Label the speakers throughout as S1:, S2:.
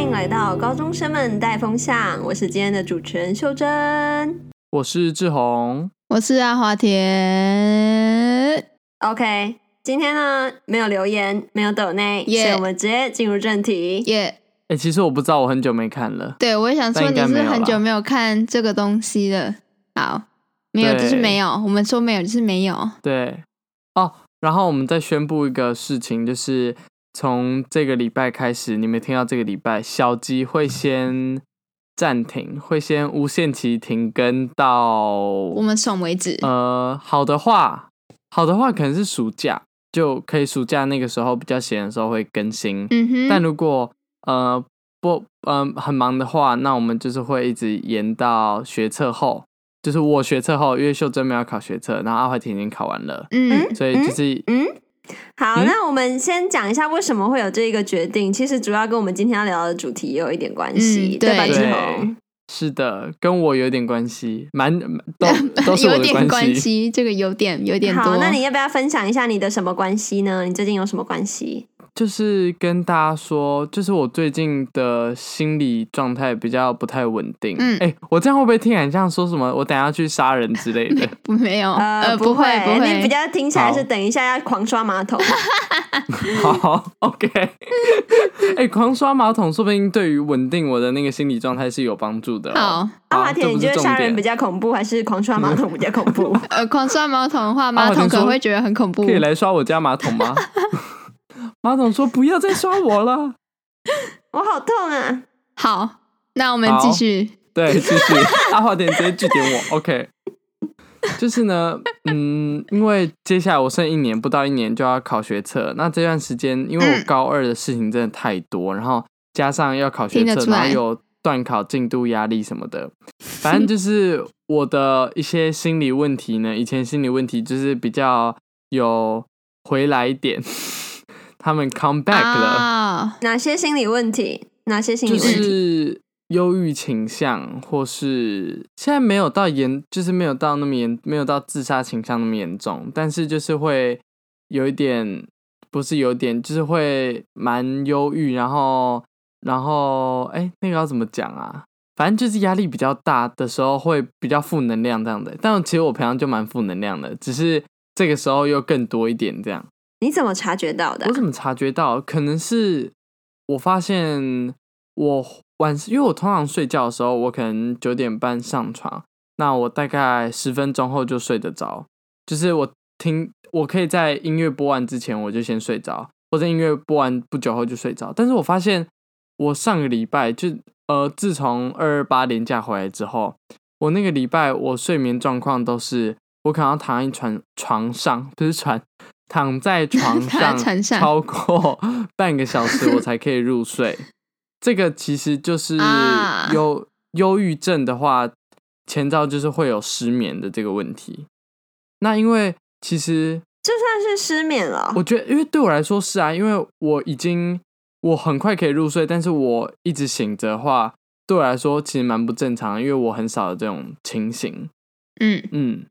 S1: 迎来到高中生们带风向，我是今天的主持人秀珍。
S2: 我是志宏，
S3: 我是阿华田，
S1: OK，今天呢没有留言，没有抖内
S3: 耶
S1: 所以我们直接进入正题。
S3: 耶、
S2: 哎、其实我不知道，我很久没看了。
S3: 对，我也想说
S2: 但应
S3: 你
S2: 该
S3: 是
S2: 没有啦
S3: 很久没有看这个东西了。好，没有就是
S2: 对
S3: 没有，我们说没有就是没有。
S2: 对，哦，然后我们再宣布一个事情，就是从这个礼拜开始，你们听到这个礼拜，小鸡会先暂停，会先无限期停更
S3: 我
S2: 到
S3: 们爽为止。
S2: 呃，好的话，好的话可能是暑假就可以，暑假那个时候比较闲的时候会更新。
S3: 嗯哼，
S2: 但如果呃不嗯、很忙的话，那我们就是会一直延到学测后，就是我学测后，因为秀珍没有考学测，然后阿怀婷已经考完了，
S3: 嗯
S2: 所以就是、
S1: 嗯，好，
S2: 嗯
S1: 那我们先讲一下为什么会有这个决定。其实主要跟我们今天要聊的主题也有一点关系，
S3: 嗯
S1: 对吧，
S3: 对
S1: 志宏？
S2: 是的，跟我有点关系， 蛮都都是我
S3: 有
S2: 的
S3: 点关
S2: 系。
S3: 系，这个有点有点
S1: 好
S3: 多。，
S1: 那你要不要分享一下你的什么关系呢？你最近有什么关系？
S2: 就是跟大家说，就是我最近的心理状态比较不太稳定。
S3: 嗯
S2: 哎、我这样会不会听起来很像说什么我等一下去杀人之类的？
S3: 不没有呃
S1: 不
S3: 不会不
S1: 你比
S3: 会，
S1: 较听起来是
S2: 好
S1: 等一下要狂刷马桶。
S2: 好，OK。哎、狂刷马桶说不定对于稳定我的那个心理状态是有帮助的、哦。
S3: 好，
S1: 阿华田，啊
S2: 这
S1: 你
S2: 不
S1: 觉
S2: 是
S1: 得
S2: 重
S1: 杀人
S2: 点
S1: 比，较恐怖，还是狂刷马桶比较恐 怖？
S3: 呃狂刷马桶的话，
S2: 啊
S3: 马
S2: 我
S3: 桶
S2: 听
S3: 可能
S2: 说
S3: 会觉得很恐怖
S2: 可。以来刷我家马桶 吗？马桶说不要再刷我了。
S1: 我好痛啊！
S3: 好，那我们
S2: 好
S3: 继续。
S2: 对， 谢谢阿华田直接拒点我。OK，就是呢，嗯，因为接下来我剩一年不到一年就要考学测，那这段时间因为我
S3: 嗯
S2: 高二的事情真的太多，然后加上要考学
S3: 听得
S2: 测，
S3: 出
S2: 然后
S3: 来
S2: 有断考进度压力什么的，反正就是我的一些心理问题呢，以前心理问题就是比较有回来一点， 他们 come back 了。
S3: 啊，
S1: 哪些心理问题？哪些心理
S2: 就
S1: 问题？
S2: 是忧郁倾向，或是现在没有到严，就是没有到那么严，没有到自杀倾向那么严重，但是就是会有一点，不是有点，就是会蛮忧郁，然后，然后，哎、那个要怎么讲啊？反正就是压力比较大的时候会比较负能量这样的，但其实我平常就蛮负能量的，只是这个时候又更多一点这样。
S1: 你怎么察觉到的啊
S2: 我？怎么察觉到？可能是我发现我晚，因为我通常睡觉的时候，我可能九点半上床，那我大概十分钟后就睡得着。就是我听，我可以在音乐播完之前我就先睡着，或者音乐播完不久后就睡着。但是我发现我上个礼拜就呃，自从二二八连假回来之后，我那个礼拜我睡眠状况都是。我可能要躺在床床上，不是床，躺在床
S3: 躺
S2: 上，
S3: 在床上
S2: 超过半个小时我才可以入睡。这个其实就是
S3: 啊
S2: 忧忧郁症的话，前兆就是会有失眠的这个问题。那因为其实
S1: 就算是失眠了，
S2: 我觉得，因为对我来说是啊，因为我已经我很快可以入睡，但是我一直醒着的话，对我来说其实蛮不正常的，因为我很少有这种情形。
S3: 嗯，
S2: 嗯，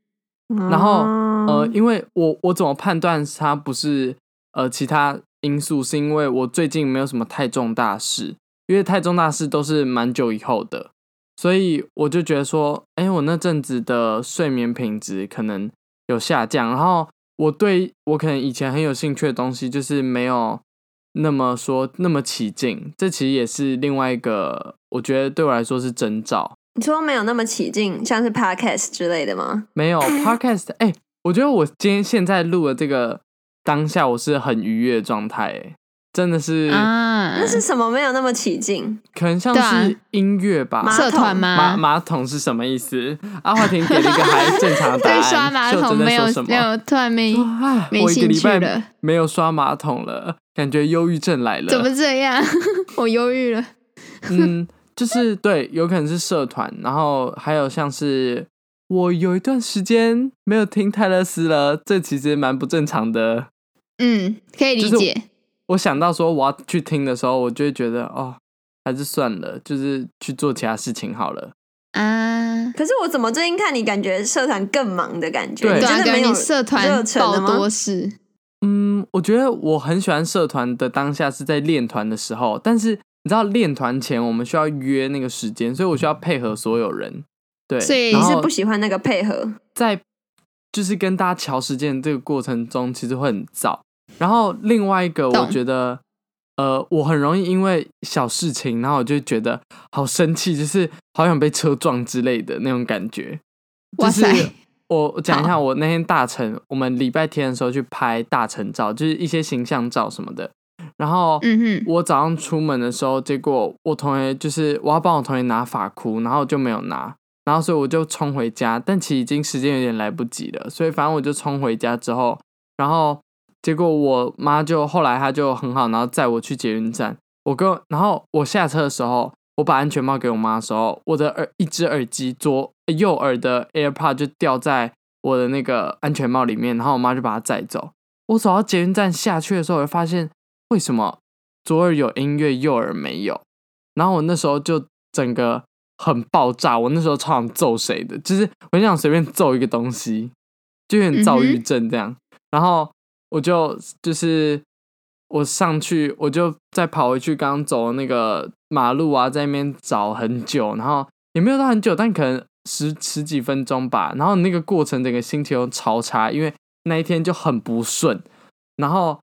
S1: 然
S2: 然后
S1: 哦
S2: 呃，因为我我怎么判断它不是呃其他因素，是因为我最近没有什么太重大事，因为太重大事都是蛮久以后的，所以我就觉得说，哎，我那阵子的睡眠品质可能有下降，然后我对我可能以前很有兴趣的东西，就是没有那么说那么起劲，这其实也是另外一个我觉得对我来说是征兆。
S1: 你说没有那么起劲，像是 podcast 之类的吗？
S2: 没 有 podcast，哎、我觉得我今天现在录的这个当下，我是很愉悦的状态，哎，真的是，嗯
S3: 啊，
S1: 那是什么没有那么起劲？
S2: 可能像
S3: 对啊
S2: 是音乐吧。
S1: 马
S3: 社团
S2: 马
S3: 吗？
S2: 马桶是什么意思？阿华庭给了一个还正常的答
S3: 对，
S2: 案。
S3: 刷马
S2: 秀
S3: 桶
S2: 珍在
S3: 没有
S2: 说什么哦
S3: 没有，突然没
S2: 说唉
S3: 没
S2: 我一个
S3: 兴
S2: 礼
S3: 趣
S2: 拜
S3: 了
S2: 没有刷马桶了，感觉忧郁症来了。
S3: 怎么这样？ 我忧郁了。
S2: 嗯，就是对，有可能是社团，然后还有像是我有一段时间没有听泰勒斯了，这其实蛮不正常的。
S3: 嗯，可以理
S2: 就是
S3: 解。
S2: 我想到说我要去听的时候，我就会觉得哦，还是算了，就是去做其他事情好了。
S3: 啊，
S1: 可是我怎么最近看你感觉社团更忙的感觉？
S2: 对
S1: 你
S3: 对
S1: 真
S3: 啊，
S1: 的
S3: 感
S1: 没
S3: 觉
S1: 有
S3: 你社
S1: 热
S3: 团
S1: 忱
S3: 爆
S1: 了吗？
S3: 多事。
S2: 嗯，我觉得我很喜欢社团的当下是在练团的时候，但是你知道练团前我们需要约那个时间，所以我需要配合所有人。对，
S3: 所以
S2: 然
S1: 你是
S2: 后
S1: 不喜欢那个配合，
S2: 在就是跟大家瞧时间的这个过程中，其实会很燥。然后另外一个，
S3: 懂
S2: 我觉得，呃，我很容易因为小事情，然后我就觉得好生气，就是好想被车撞之类的那种感觉。
S3: 哇塞，
S2: 就是我我讲一下，我那天大成，我们礼拜天的时候去拍大成照，就是一些形象照什么的。然后，
S3: 嗯哼，
S2: 我早上出门的时候，结果我同学就是我要帮我同学拿发箍，然后我就没有拿，然后所以我就冲回家，但其实已经时间有点来不及了，所以反正我就冲回家之后，然后结果我妈就后来她就很好，然后载我去捷运站，我跟然后我下车的时候，我把安全帽给我妈的时候，我的耳一只耳机左右耳的 AirPod 就掉在我的那个安全帽里面，然后我妈就把它载走。我走到捷运站下去的时候，我就发现为什么左耳有音乐，右耳没有。然后我那时候就整个很爆炸，我那时候超想揍谁的，就是我很想随便揍一个东西，就有点躁郁症这样。然后我就就是我上去，我就再跑回去刚刚走的那个马路啊，在那边找很久，然后也没有到很久，但可能十十几分钟吧。然后那个过程整个心情都超差，因为那一天就很不顺。然后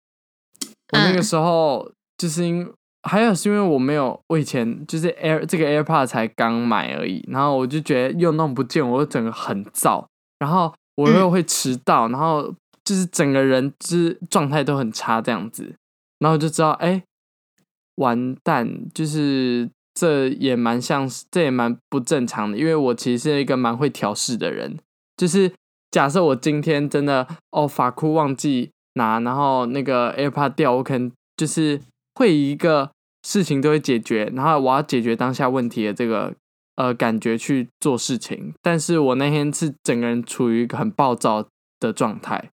S2: 我那个
S3: 嗯
S2: 时候就是因、还有是因为我没有，我以前就是 Air 这个 AirPod 才刚买而已，然后我就觉得又弄不见，我就整个很燥，然后我又会迟到，然后就是整个人之状态都很差这样子，然后我就知道哎、完蛋，就是这也蛮像是，这也蛮不正常的，因为我其实是一个蛮会调试的人，就是假设我今天真的哦法库忘记拿，然后那个 AirPod 掉，我可能就是会以一个事情都会解决，然后我要解决当下问题的这个呃感觉去做事情，但是我那天是整个人处于一个很暴躁的状态，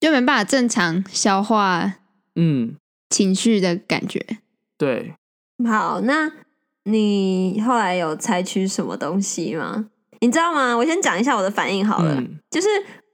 S3: 就没办法正常消化
S2: 嗯，
S3: 情绪的感觉。
S2: 对，
S1: 好，那你后来有采取什么东西吗？你知道吗？我先讲一下我的反应好了，
S2: 嗯
S1: 就是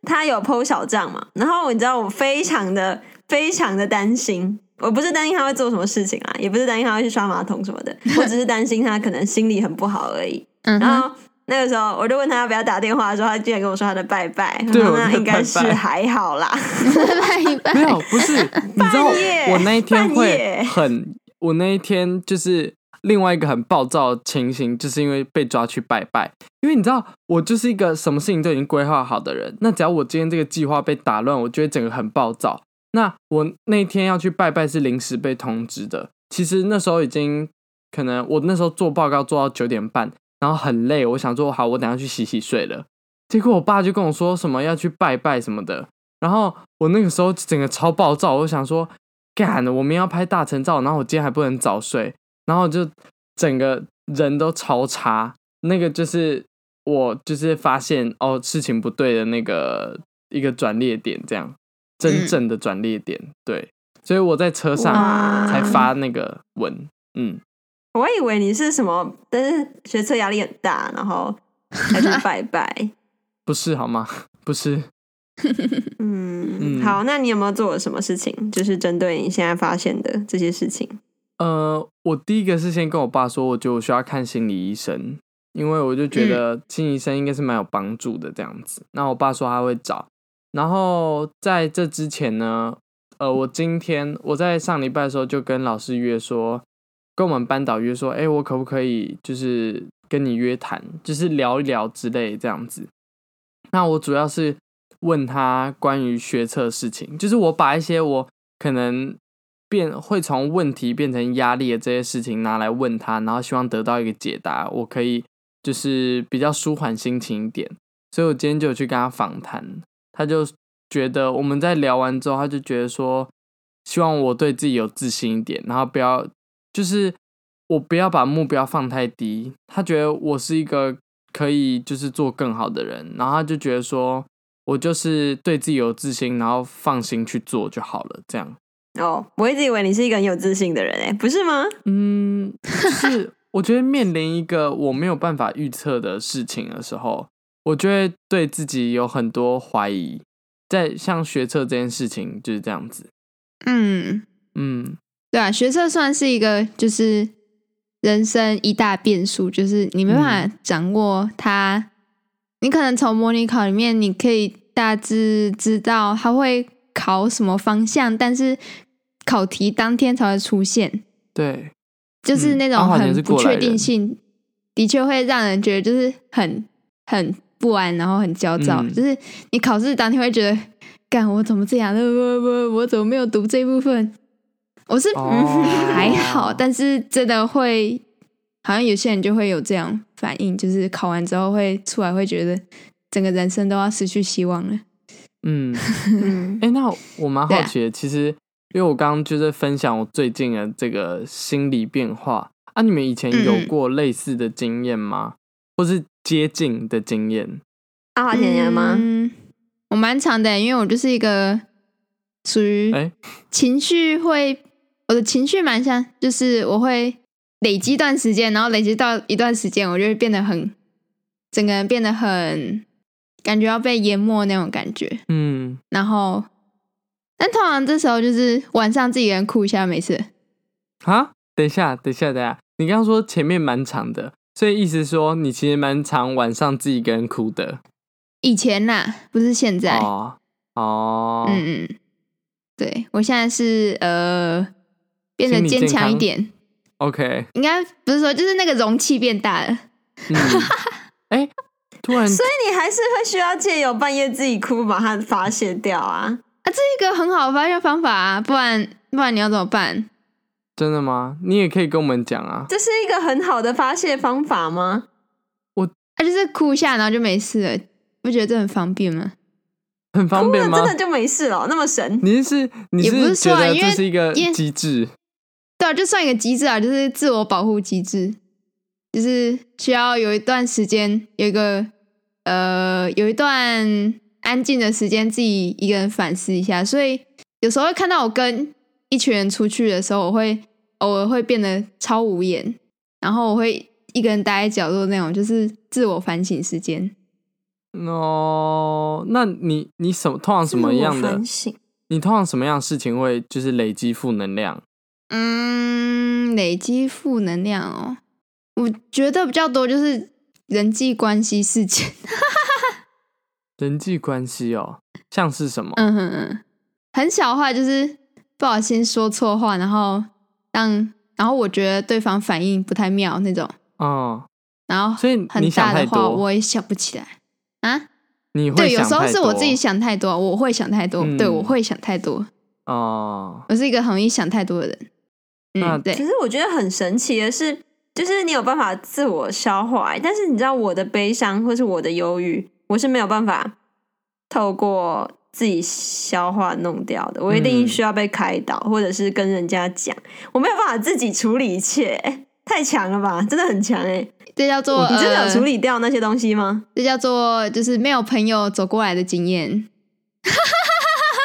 S1: 他有剖小账嘛，然后你知道我非常的非常的担心，我不是担心他会做什么事情啊，也不是担心他会去刷马桶什么的，我只是担心他可能心里很不好而已。
S3: 嗯
S1: 然
S3: 哼，
S1: 后那个时候我就问他要不要打电话的时候，他居然跟我说他的拜拜，
S2: 对
S1: 然后
S2: 我
S1: 那
S2: 的
S1: 应该
S2: 拜
S1: 是
S2: 拜
S1: 还好啦。
S3: 拜 拜
S2: 没有， 不是，你知道
S1: 半夜
S2: 我那一天
S1: 半
S2: 会
S1: 夜
S2: 很，我那一天就是另外一个很暴躁的情形，就是因为被抓去拜拜。因为你知道，我就是一个什么事情都已经规划好的人，那只要我今天这个计划被打乱，我就会整个很暴躁。那我那天要去拜拜是临时被通知的，其实那时候已经可能我那时候做报告做到九点半，然后很累，我想说好，我等下去洗洗睡了。结果我爸就跟我说什么要去拜拜什么的，然后我那个时候整个超暴躁，我就想说干，我明天要拍大成照，然后我今天还不能早睡，然后我就整个人都超差。那个就是我就是发现哦事情不对的那个一个转捩点，这样真正的转捩点，对，所以 我在车上
S1: 哇
S2: 才发那个文，嗯，
S1: 我以为你是什么，但是学测压力很大，然后才去拜拜。
S2: 不是好吗？ 不是，
S1: 嗯，
S2: 嗯
S1: 好，那你有没有做了什么事情？就是针对你现在发现的这些事情。
S2: 呃，我第一个是先跟我爸说，我觉得我需要看心理医生，因为我就觉得心理医生应该是蛮有帮助的这样子。那我爸说他会找，然后在这之前呢，呃，我今天我在上礼拜的时候就跟老师约说，跟我们班导约说，哎、我可不可以就是跟你约谈，就是聊一聊之类这样子。那我主要是问他关于学测的事情，就是我把一些我可能变会从问题变成压力的这些事情拿来问他，然后希望得到一个解答，我可以就是比较舒缓心情一点。所以我今天就有去跟他访谈，他就觉得我们在聊完之后，他就觉得说，希望我对自己有自信一点，然后不要就是我不要把目标放太低。他觉得我是一个可以就是做更好的人，然后他就觉得说我就是对自己有自信，然后放心去做就好了，这样。
S1: 哦，我一直以为你是一个很有自信的人，哎，不是吗？
S2: 嗯，就是我觉得面临一个我没有办法预测的事情的时候，我就会对自己有很多怀疑。在像学测这件事情就是这样子，
S3: 嗯，
S2: 嗯，
S3: 对啊，学测算是一个就是人生一大变数，就是你没办法掌握它。你可能从模拟考里面，你可以大致知道它会考什么方向，但是考题当天才会出现，
S2: 对，
S3: 就是
S2: 嗯
S3: 那
S2: 阿
S3: 种
S2: 华田是
S3: 很不
S2: 过来
S3: 确
S2: 人
S3: 定性，的确会让人觉得就是很很不安，然后很焦躁。
S2: 嗯
S3: 就是你考试当天会觉得，干我怎么这样？ 我我我我怎么没有读这一部分？我是、
S2: 哦
S3: 还好，但是真的会，好像有些人就会有这样反应，就是考完之后会出来会觉得整个人生都要失去希望了。
S2: 嗯，
S1: 嗯，
S2: 哎、那我蛮
S3: 对
S2: 好
S3: 啊
S2: 奇的，其实因为我刚刚就是分享我最近的这个心理变化啊，你们以前
S3: 嗯
S2: 有
S3: 嗯
S2: 过类似的经验吗？或是接近的经验？
S1: 阿华田也吗？
S3: 嗯，我蛮长的，因为我就是一个属
S1: 嗯
S3: 于
S2: 哎
S3: 情绪会，我的情绪蛮像，就是我会累积一段时间，然后累积到一段时间，我就会变得很，整个人变得很，感觉要被淹没那种感觉。
S2: 嗯，
S3: 然后，但通常这时候就是晚上自己一个人哭一下没事。
S2: 啊，等一下，等一下，等一下，你刚刚说前面蛮长的，所以意思说你其实蛮常晚上自己一个人哭的
S3: 以前啦，不是现在。
S2: 哦哦，
S3: 嗯嗯，对我现在是呃变得
S2: 心理
S3: 坚
S2: 健
S3: 强一
S2: 康
S3: 点，
S2: ，OK，
S3: 应该不是说就是那个容器变大了。啊
S2: 嗯，哎、突然
S1: 所以你还是会需要借由半夜自己哭把它发泄掉啊。
S3: 啊，这是一个很好的发泄方法啊，不然不然你要怎么办？
S2: 真的吗？你也可以跟我们讲啊，
S1: 这是一个很好的发泄方法吗？
S3: 啊，就是哭一下，然后就没事了，不觉得这很方便吗？
S2: 很方便
S1: 那
S2: 吗？
S1: 真的就没事了，那么神。
S2: 你是你
S3: 也不是
S2: 觉
S3: 说啊
S2: 得
S3: 因
S2: 这
S3: 为
S2: 是一个
S3: 因为
S2: 机制？
S3: 对啊，就算一个机制啊，就是自我保护机制，就是需要有一段时间，有一个呃，有一段安静的时间，自己一个人反思一下。所以有时候会看到我跟一群人出去的时候，我会偶尔会变得超无言，然后我会一个人待在角落那种，就是自我反省时间。
S2: 哦，那你你什么通常什么样
S1: 自我
S2: 的
S1: 反？省？
S2: 你通常什么样的事情会就是累积负能量？
S3: 嗯，累积负能量哦，我觉得比较多就是人际关系事件。
S2: 人际关系哦，像是什么？
S3: 嗯哼嗯，很小的话就是不小心说错话，然后让然后我觉得对方反应不太妙那种，
S2: 哦，
S3: 然后
S2: 所以
S3: 嗯很
S2: 你想
S3: 大
S2: 太
S3: 的话
S2: 多，
S3: 我也想不起来啊。
S2: 你会
S3: 对，有
S2: 想
S3: 时候
S2: 太
S3: 是我自己
S2: 多
S3: 想太多，我会想太多，对
S2: 嗯
S3: 我会想太多，
S2: 哦，
S3: 我是一个很容易想太多的人。
S2: 那
S3: 嗯，
S1: 可
S3: 对，
S1: 是我觉得很神奇的是，就是你有办法自我消化，欸但是你知道我的悲伤或是我的忧郁，我是没有办法透过自己消化弄掉的，我一定
S2: 嗯
S1: 需要被开导，或者是跟人家讲，我没有办法自己处理一切， 太强了吧，真的很强哎、
S3: 这叫做
S1: 你真的有处
S3: 呃，
S1: 理掉那些东西吗？
S3: 这叫做就是没有朋友走过来的经验。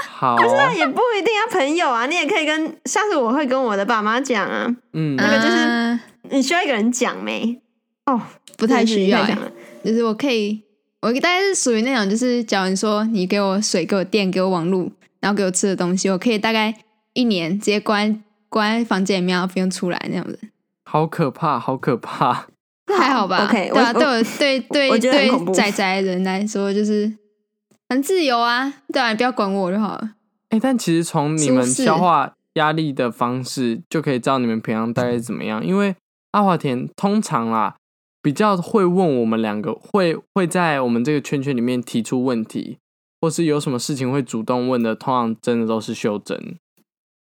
S2: 好，哦
S1: 那也不一定要朋友啊，你也可以跟下次我会跟我的爸妈讲啊，
S2: 嗯，
S1: 那个就是
S3: 嗯
S1: 你需要一个人讲没？哦，
S3: 不太需要
S1: 真的是太
S3: 欸、
S1: 强了
S3: 就是我可以，我大概是属于那种，就是假如你说你给我水、给我电、给我网络，然后给我吃的东西，我可以大概一年直接关关在房间里面，然后不用出来那种人，
S2: 好可怕，好可怕。
S3: 还好
S1: 哦
S3: 吧
S1: OK，
S3: 对啊，
S1: 我
S3: 对我对
S1: 我
S3: 对
S1: 觉得很恐怖
S3: 对宅宅的人来说，就是很自由啊，对啊，你不要管我就好了。
S2: 哎、但其实从你
S3: 舒
S2: 们
S3: 适
S2: 消化压力的方式，就可以知道你们平常大概怎么样。因为阿华田通常啦，比较会问我们两个，会会在我们这个圈圈里面提出问题，或是有什么事情会主动问的，通常真的都是修真，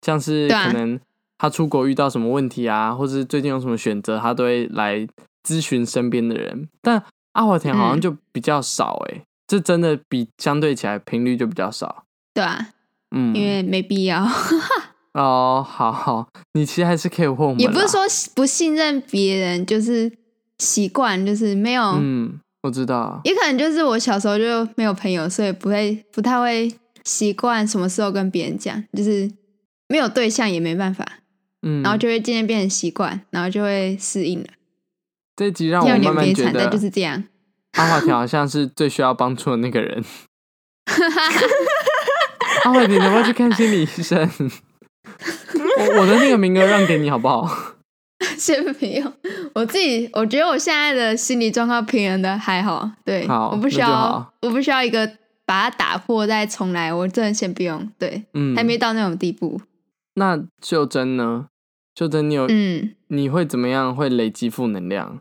S2: 像是
S3: 对啊
S2: 可能他出国遇到什么问题啊，或是最近有什么选择，他都会来咨询身边的人。但阿华田好像
S3: 嗯
S2: 就比较少哎、这真的比相对起来频率就比较少。
S3: 对啊，
S2: 嗯，
S3: 因为没必要，
S2: 哦，好好，你其实还是可以问我们啦，
S3: 也不是说不信任别人，就是习惯，就是没有，
S2: 嗯，我知道，
S3: 也可能就是我小时候就没有朋友，所以不会不太会习惯什么时候跟别人讲，就是没有对象也没办法，
S2: 嗯，
S3: 然后就会渐渐变成习惯，然后就会适应了。
S2: 这一集让
S3: 要
S2: 我
S3: 有点
S2: 慢慢
S3: 悲
S2: 觉
S3: 惨，
S2: 得
S3: 但就是这样。
S2: 阿华田好像是最需要帮助的那个人。阿华田，你要不要去看心理医生？我我的那个名额让给你好不好？
S3: 先没有，我自己我觉得我现在的心理状况平衡的还好，对，
S2: 好
S3: 我不需
S2: 那就
S3: 要
S2: 好，
S3: 我不需要一个把它打破再重来，我真的先不用，对，
S2: 嗯，
S3: 还没到那种地步，
S2: 那秀珍呢？秀珍，你有、
S3: 嗯，
S2: 你会怎么样？会累积负能量？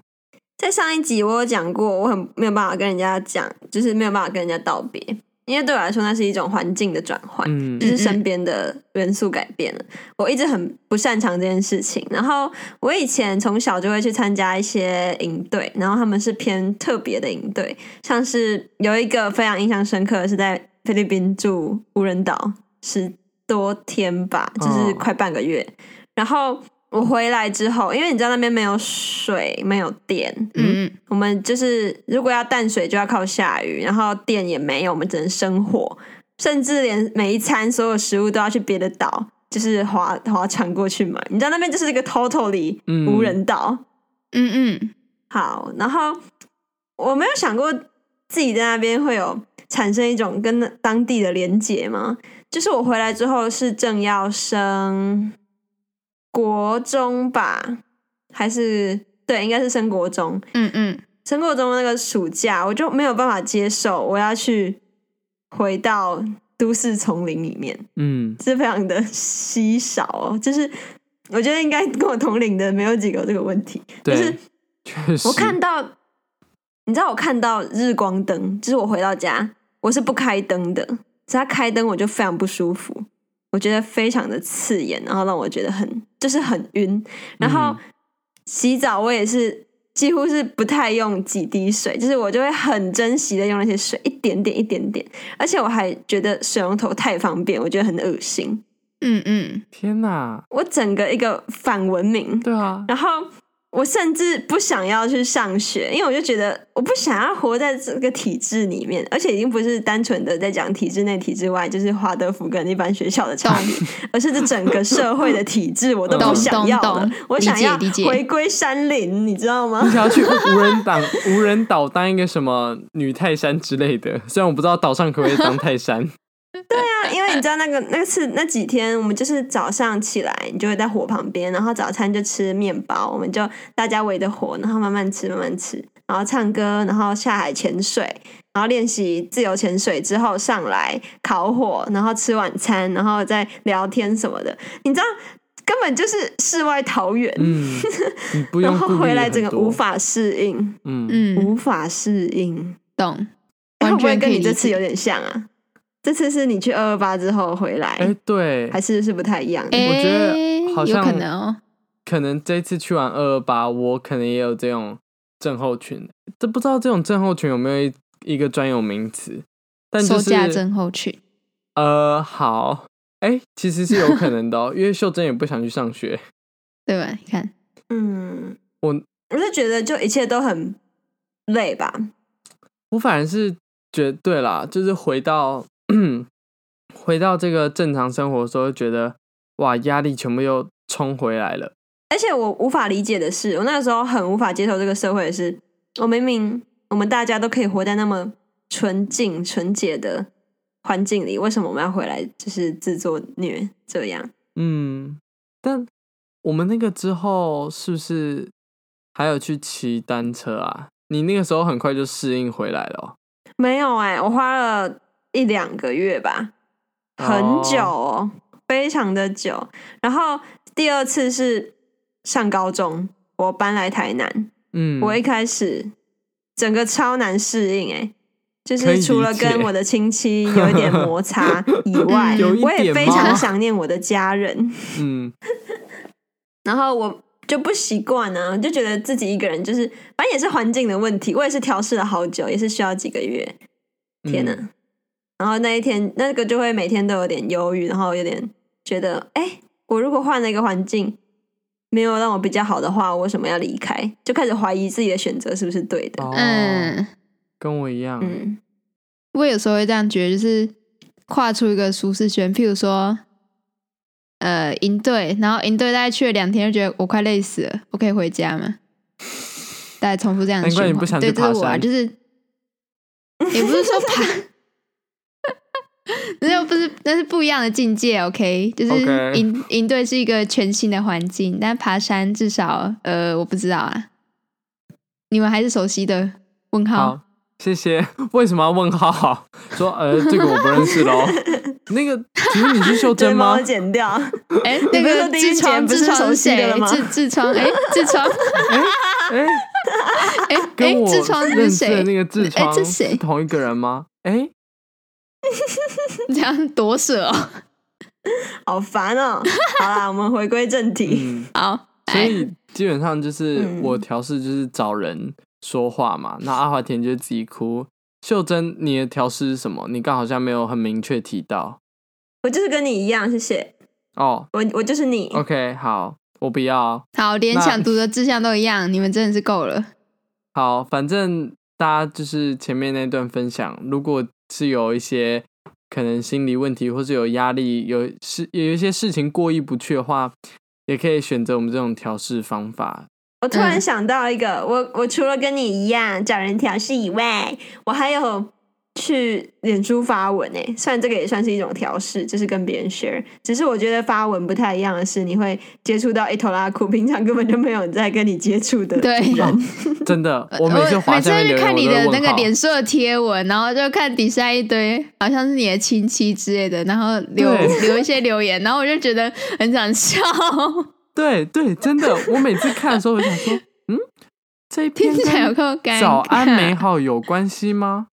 S1: 在上一集我有讲过，我很没有办法跟人家讲，就是没有办法跟人家道别，因为对我来说那是一种环境的转换。
S2: 嗯
S1: 就是身边的元素改变了。我一直很不擅长这件事情，然后我以前从小就会去参加一些营队，然后他们是偏特别的营队，像是有一个非常印象深刻的是在菲律宾住无人岛十多天吧，就是
S2: 哦
S1: 快半个月，然后。我回来之后，因为你知道那边没有水，没有电，
S3: 嗯
S1: 我们就是如果要淡水就要靠下雨，然后电也没有，我们只能生火，甚至连每一餐所有食物都要去别的岛，就是划划船过去买。你知道那边就是一个 totally
S2: 嗯
S1: 无人岛。
S3: 嗯嗯
S1: 好，然后我没有想过自己在那边会有产生一种跟那当地的连结嘛。就是我回来之后是正要升国中吧，还是对，应该是升国中。
S3: 嗯嗯
S1: 生活中的那个暑假，我就没有办法接受，我要去回到都市丛林里面，
S2: 嗯，
S1: 这非常的稀少哦。就是我觉得应该跟我同龄的没有几个有这个问题。就是
S2: 对，确实，
S1: 我看到，你知道我看到日光灯，就是我回到家，我是不开灯的，只要开灯我就非常不舒服，我觉得非常的刺眼，然后让我觉得很就是很晕。然后
S2: 嗯
S1: 洗澡我也是几乎是不太用几滴水，就是我就会很珍惜的用那些水，一点点一点点，而且我还觉得水龙头太方便，我觉得很恶心，
S3: 嗯嗯
S2: 天哪、
S1: 我整个一个反文明。
S2: 对啊，
S1: 然后我甚至不想要去上学，因为我就觉得我不想要活在这个体制里面，而且已经不是单纯的在讲体制内、体制外，就是华德福跟一般学校的差 别，而是这整个社会的体制我都不
S2: 懂
S1: 想要
S3: 懂
S1: 了
S3: 懂。
S1: 我想要
S3: 理解理解
S1: 回归山林，你知道
S2: 你
S1: 吗？
S2: 想要去无人岛、 无人岛当一个什么女泰山之类的？虽然我不知道岛上可不可以当 泰山。
S1: 那 因为你知道那个那次那几天，我们就是早上起来，你就会在火旁边，然后早餐就吃面包，我们就大家围着火，然后慢慢吃，慢慢吃，然后唱歌，然后下海潜水，然后练习自由潜水之后上来烤火，然后吃晚餐，然后再聊天什么的，你知道根本就是世外桃源，
S2: 嗯，你不用
S1: 然后
S2: 顾虑
S1: 回来
S2: 很
S1: 整个
S2: 多
S1: 无。法适应，
S2: 嗯，
S3: 嗯，
S1: 无法适应，
S3: 懂，
S1: 会
S3: 完
S1: 不会
S3: 全可
S1: 跟
S3: 以
S1: 你
S3: 理
S1: 这次有
S3: 解。
S1: 点像啊？这次是你去二二八之后回来，
S2: 哎、对，
S1: 还是是不太一样的。
S3: 哎
S2: 我觉得好
S3: 有
S2: 像
S3: 可能哦，
S2: 可能这次去完二二八，我可能也有这种症候群。这不知道这种症候群有没有一一个专有名词？但就
S3: 收
S2: 是
S3: 假症候群。
S2: 呃，好，哎、其实是有可能的、哦，因为秀珍也不想去上学。
S3: 对吧？你看，
S1: 嗯，
S2: 我
S1: 我是觉得就一切都很累吧。
S2: 我反而是觉对啦，就是回到 回到这个正常生活的时候，觉得哇，压力全部又冲回来了。
S1: 而且我无法理解的是，我那个时候很无法接受这个社会的是，我明明我们大家都可以活在那么纯净、纯洁的环境里，为什么我们要回来就是自作孽这样？
S2: 嗯，但我们那个之后是不是还有去骑单车啊？你那个时候很快就适应回来了哦、
S1: 没有哎、我花了一两个月吧，很久哦，非常的久。然后第二次是上高中，我搬来台南，
S2: 嗯，
S1: 我一开始整个超难适应、欸，就
S2: 可
S1: 是
S2: 以理
S1: 除了
S2: 解嗯
S1: 跟我的 亲戚有一点摩擦以外
S2: 有一，
S1: 我也
S2: 点
S1: 非
S2: 吗
S1: 常想念我的家人，
S2: 嗯
S1: 然后我就不习惯啊，就觉得自己一个人就是，反正也是环境的问题，我也是调试了好久，也是需要几个月， 天呐，
S2: 嗯
S1: 然后那一天，那个就会每天都有点忧郁，然后有点觉得，哎、我如果换了一个环境，没有让我比较好的话，我为什么要离开？就开始怀疑自己的选择是不是对的。
S2: 哦、
S3: 嗯，
S2: 跟我一样，
S1: 嗯，
S3: 我有时候会这样觉得，就是跨出一个舒适圈，譬如说，呃，营队，然后营队大概去了两天，就觉得我快累死了，我可以回家吗？大概重复这样的
S2: 难
S3: 循
S2: 怪你
S3: 环。
S2: 不想
S3: 对，
S2: 去
S3: 这是
S2: 爬
S3: 我啊，
S2: 山
S3: 就是也不是说爬， 那又不是那是不一样的境界，OK？就是
S2: OK
S3: 营营队是一个全新的环境，但爬山至少呃，我不知道啊，你们还是熟悉的。问号
S2: 好，谢谢。 为什么要问浩浩？ 说呃，这个我不认 识喽。那个，请问你是秀
S1: 对，
S2: 珍
S1: 帮
S2: 吗
S1: 我？剪 掉。
S3: 哎，
S1: 你
S3: 那
S1: 不是说
S3: 个
S1: 第一
S3: 痔
S1: 节
S3: 疮，
S1: 不是
S3: 痔疮
S1: 熟
S3: 是
S1: 悉的
S3: 谁
S1: 了？吗
S3: 痔痔疮，哎，痔疮，
S2: 哎、
S3: 哎哎，
S2: 跟我
S3: 痔疮
S2: 认
S3: 是
S2: 识的
S3: 谁？
S2: 那个痔疮、
S3: 哎这谁
S2: 是同一个人吗？哎、
S3: 你 这样夺舍哦。
S1: 好烦 哦！好啦，我们回归正题。
S2: 嗯，
S3: 好，
S2: 所
S3: 哎，
S2: 以基本上就是
S1: 嗯
S2: 我调试就是找人说话嘛，那阿华田就是自己哭。秀珍，你的调试是什么？你刚好像没有很明确提到
S1: 我就是跟你一样，谢谢。
S2: 哦。
S1: 我我就是你。
S2: OK，好，我不要。
S3: 好，连
S2: 那
S3: 想读的志向都一样，你们真的是够了。
S2: 好，反正大家就是前面那段分享，如果是有一些可能心理问题，或是有压力，有事有一些事情过意不去的话，也可以选择我们这种调试方法。
S1: 我突然
S3: 嗯
S1: 想到一个，我我除了跟你一样找人调试以外，我还有去脸书发文诶、虽然这个也算是一种调试，就是跟别人 share。只是我觉得发文不太一样的是，你会接触到一哎头拉苦，平常根本就没有人在跟你接触的
S3: 对
S1: 人。
S2: 嗯 真的，我每次滑
S3: 呃每次
S2: 下面
S3: 去
S2: 留言，
S3: 看
S2: 我
S3: 你
S2: 都会
S3: 的那
S2: 问
S3: 个
S2: 号
S3: 脸书的贴文，然后就看底下一堆好像是你的亲戚之类的，然后留
S2: 对
S3: 留一些留言，然后我就觉得很想笑。
S2: 对对，真的，我每次看的时候，我想 说，嗯，这一篇
S3: 听起来有
S2: 跟
S3: 够尴尬。
S2: 早安美好有关系 吗？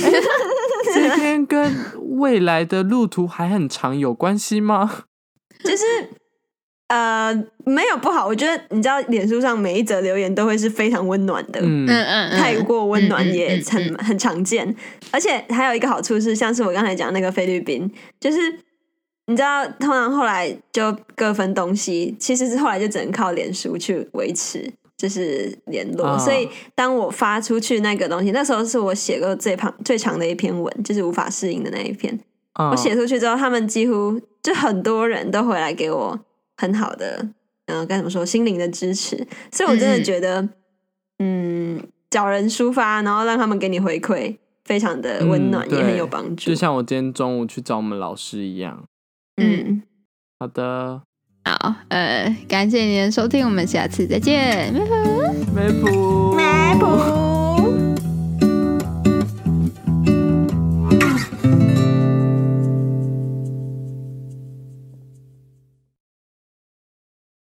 S2: 诶这篇跟未来的路途还很长有关系吗？
S1: 就是呃，没有不好，我觉得你知道，脸书上每一则留言都会是非常温暖的。
S2: 嗯
S3: 嗯嗯嗯，
S1: 太过温暖
S3: 嗯
S1: 也
S3: 嗯
S1: 很、
S3: 嗯
S1: 很常见，而且还有一个好处是，像是我刚才讲那个菲律宾，就是你知道，通常后来就各分东西，其实是后来就只能靠脸书去维持，就是联络。
S3: 哦
S2: 啊
S1: 所以当我发出去那个东西，那时候是我写过最长最长的一篇文，就是无法适应的那一篇。
S2: 啊
S1: 我写出去之后，他们几乎就很多人都回来给我很好的，嗯、该怎么说，心灵的支持。所以我真的
S3: 嗯
S1: 觉得，嗯找人抒发，然后让他们给你回馈，非常的温暖，
S2: 嗯
S1: 也
S2: 对
S1: 很有帮助
S2: 就。像我今天中午去找我们老师一样。
S1: 嗯，
S2: 好的，
S3: 好，呃，感谢你的收听，我们下次再见，拜拜。
S2: 梅普。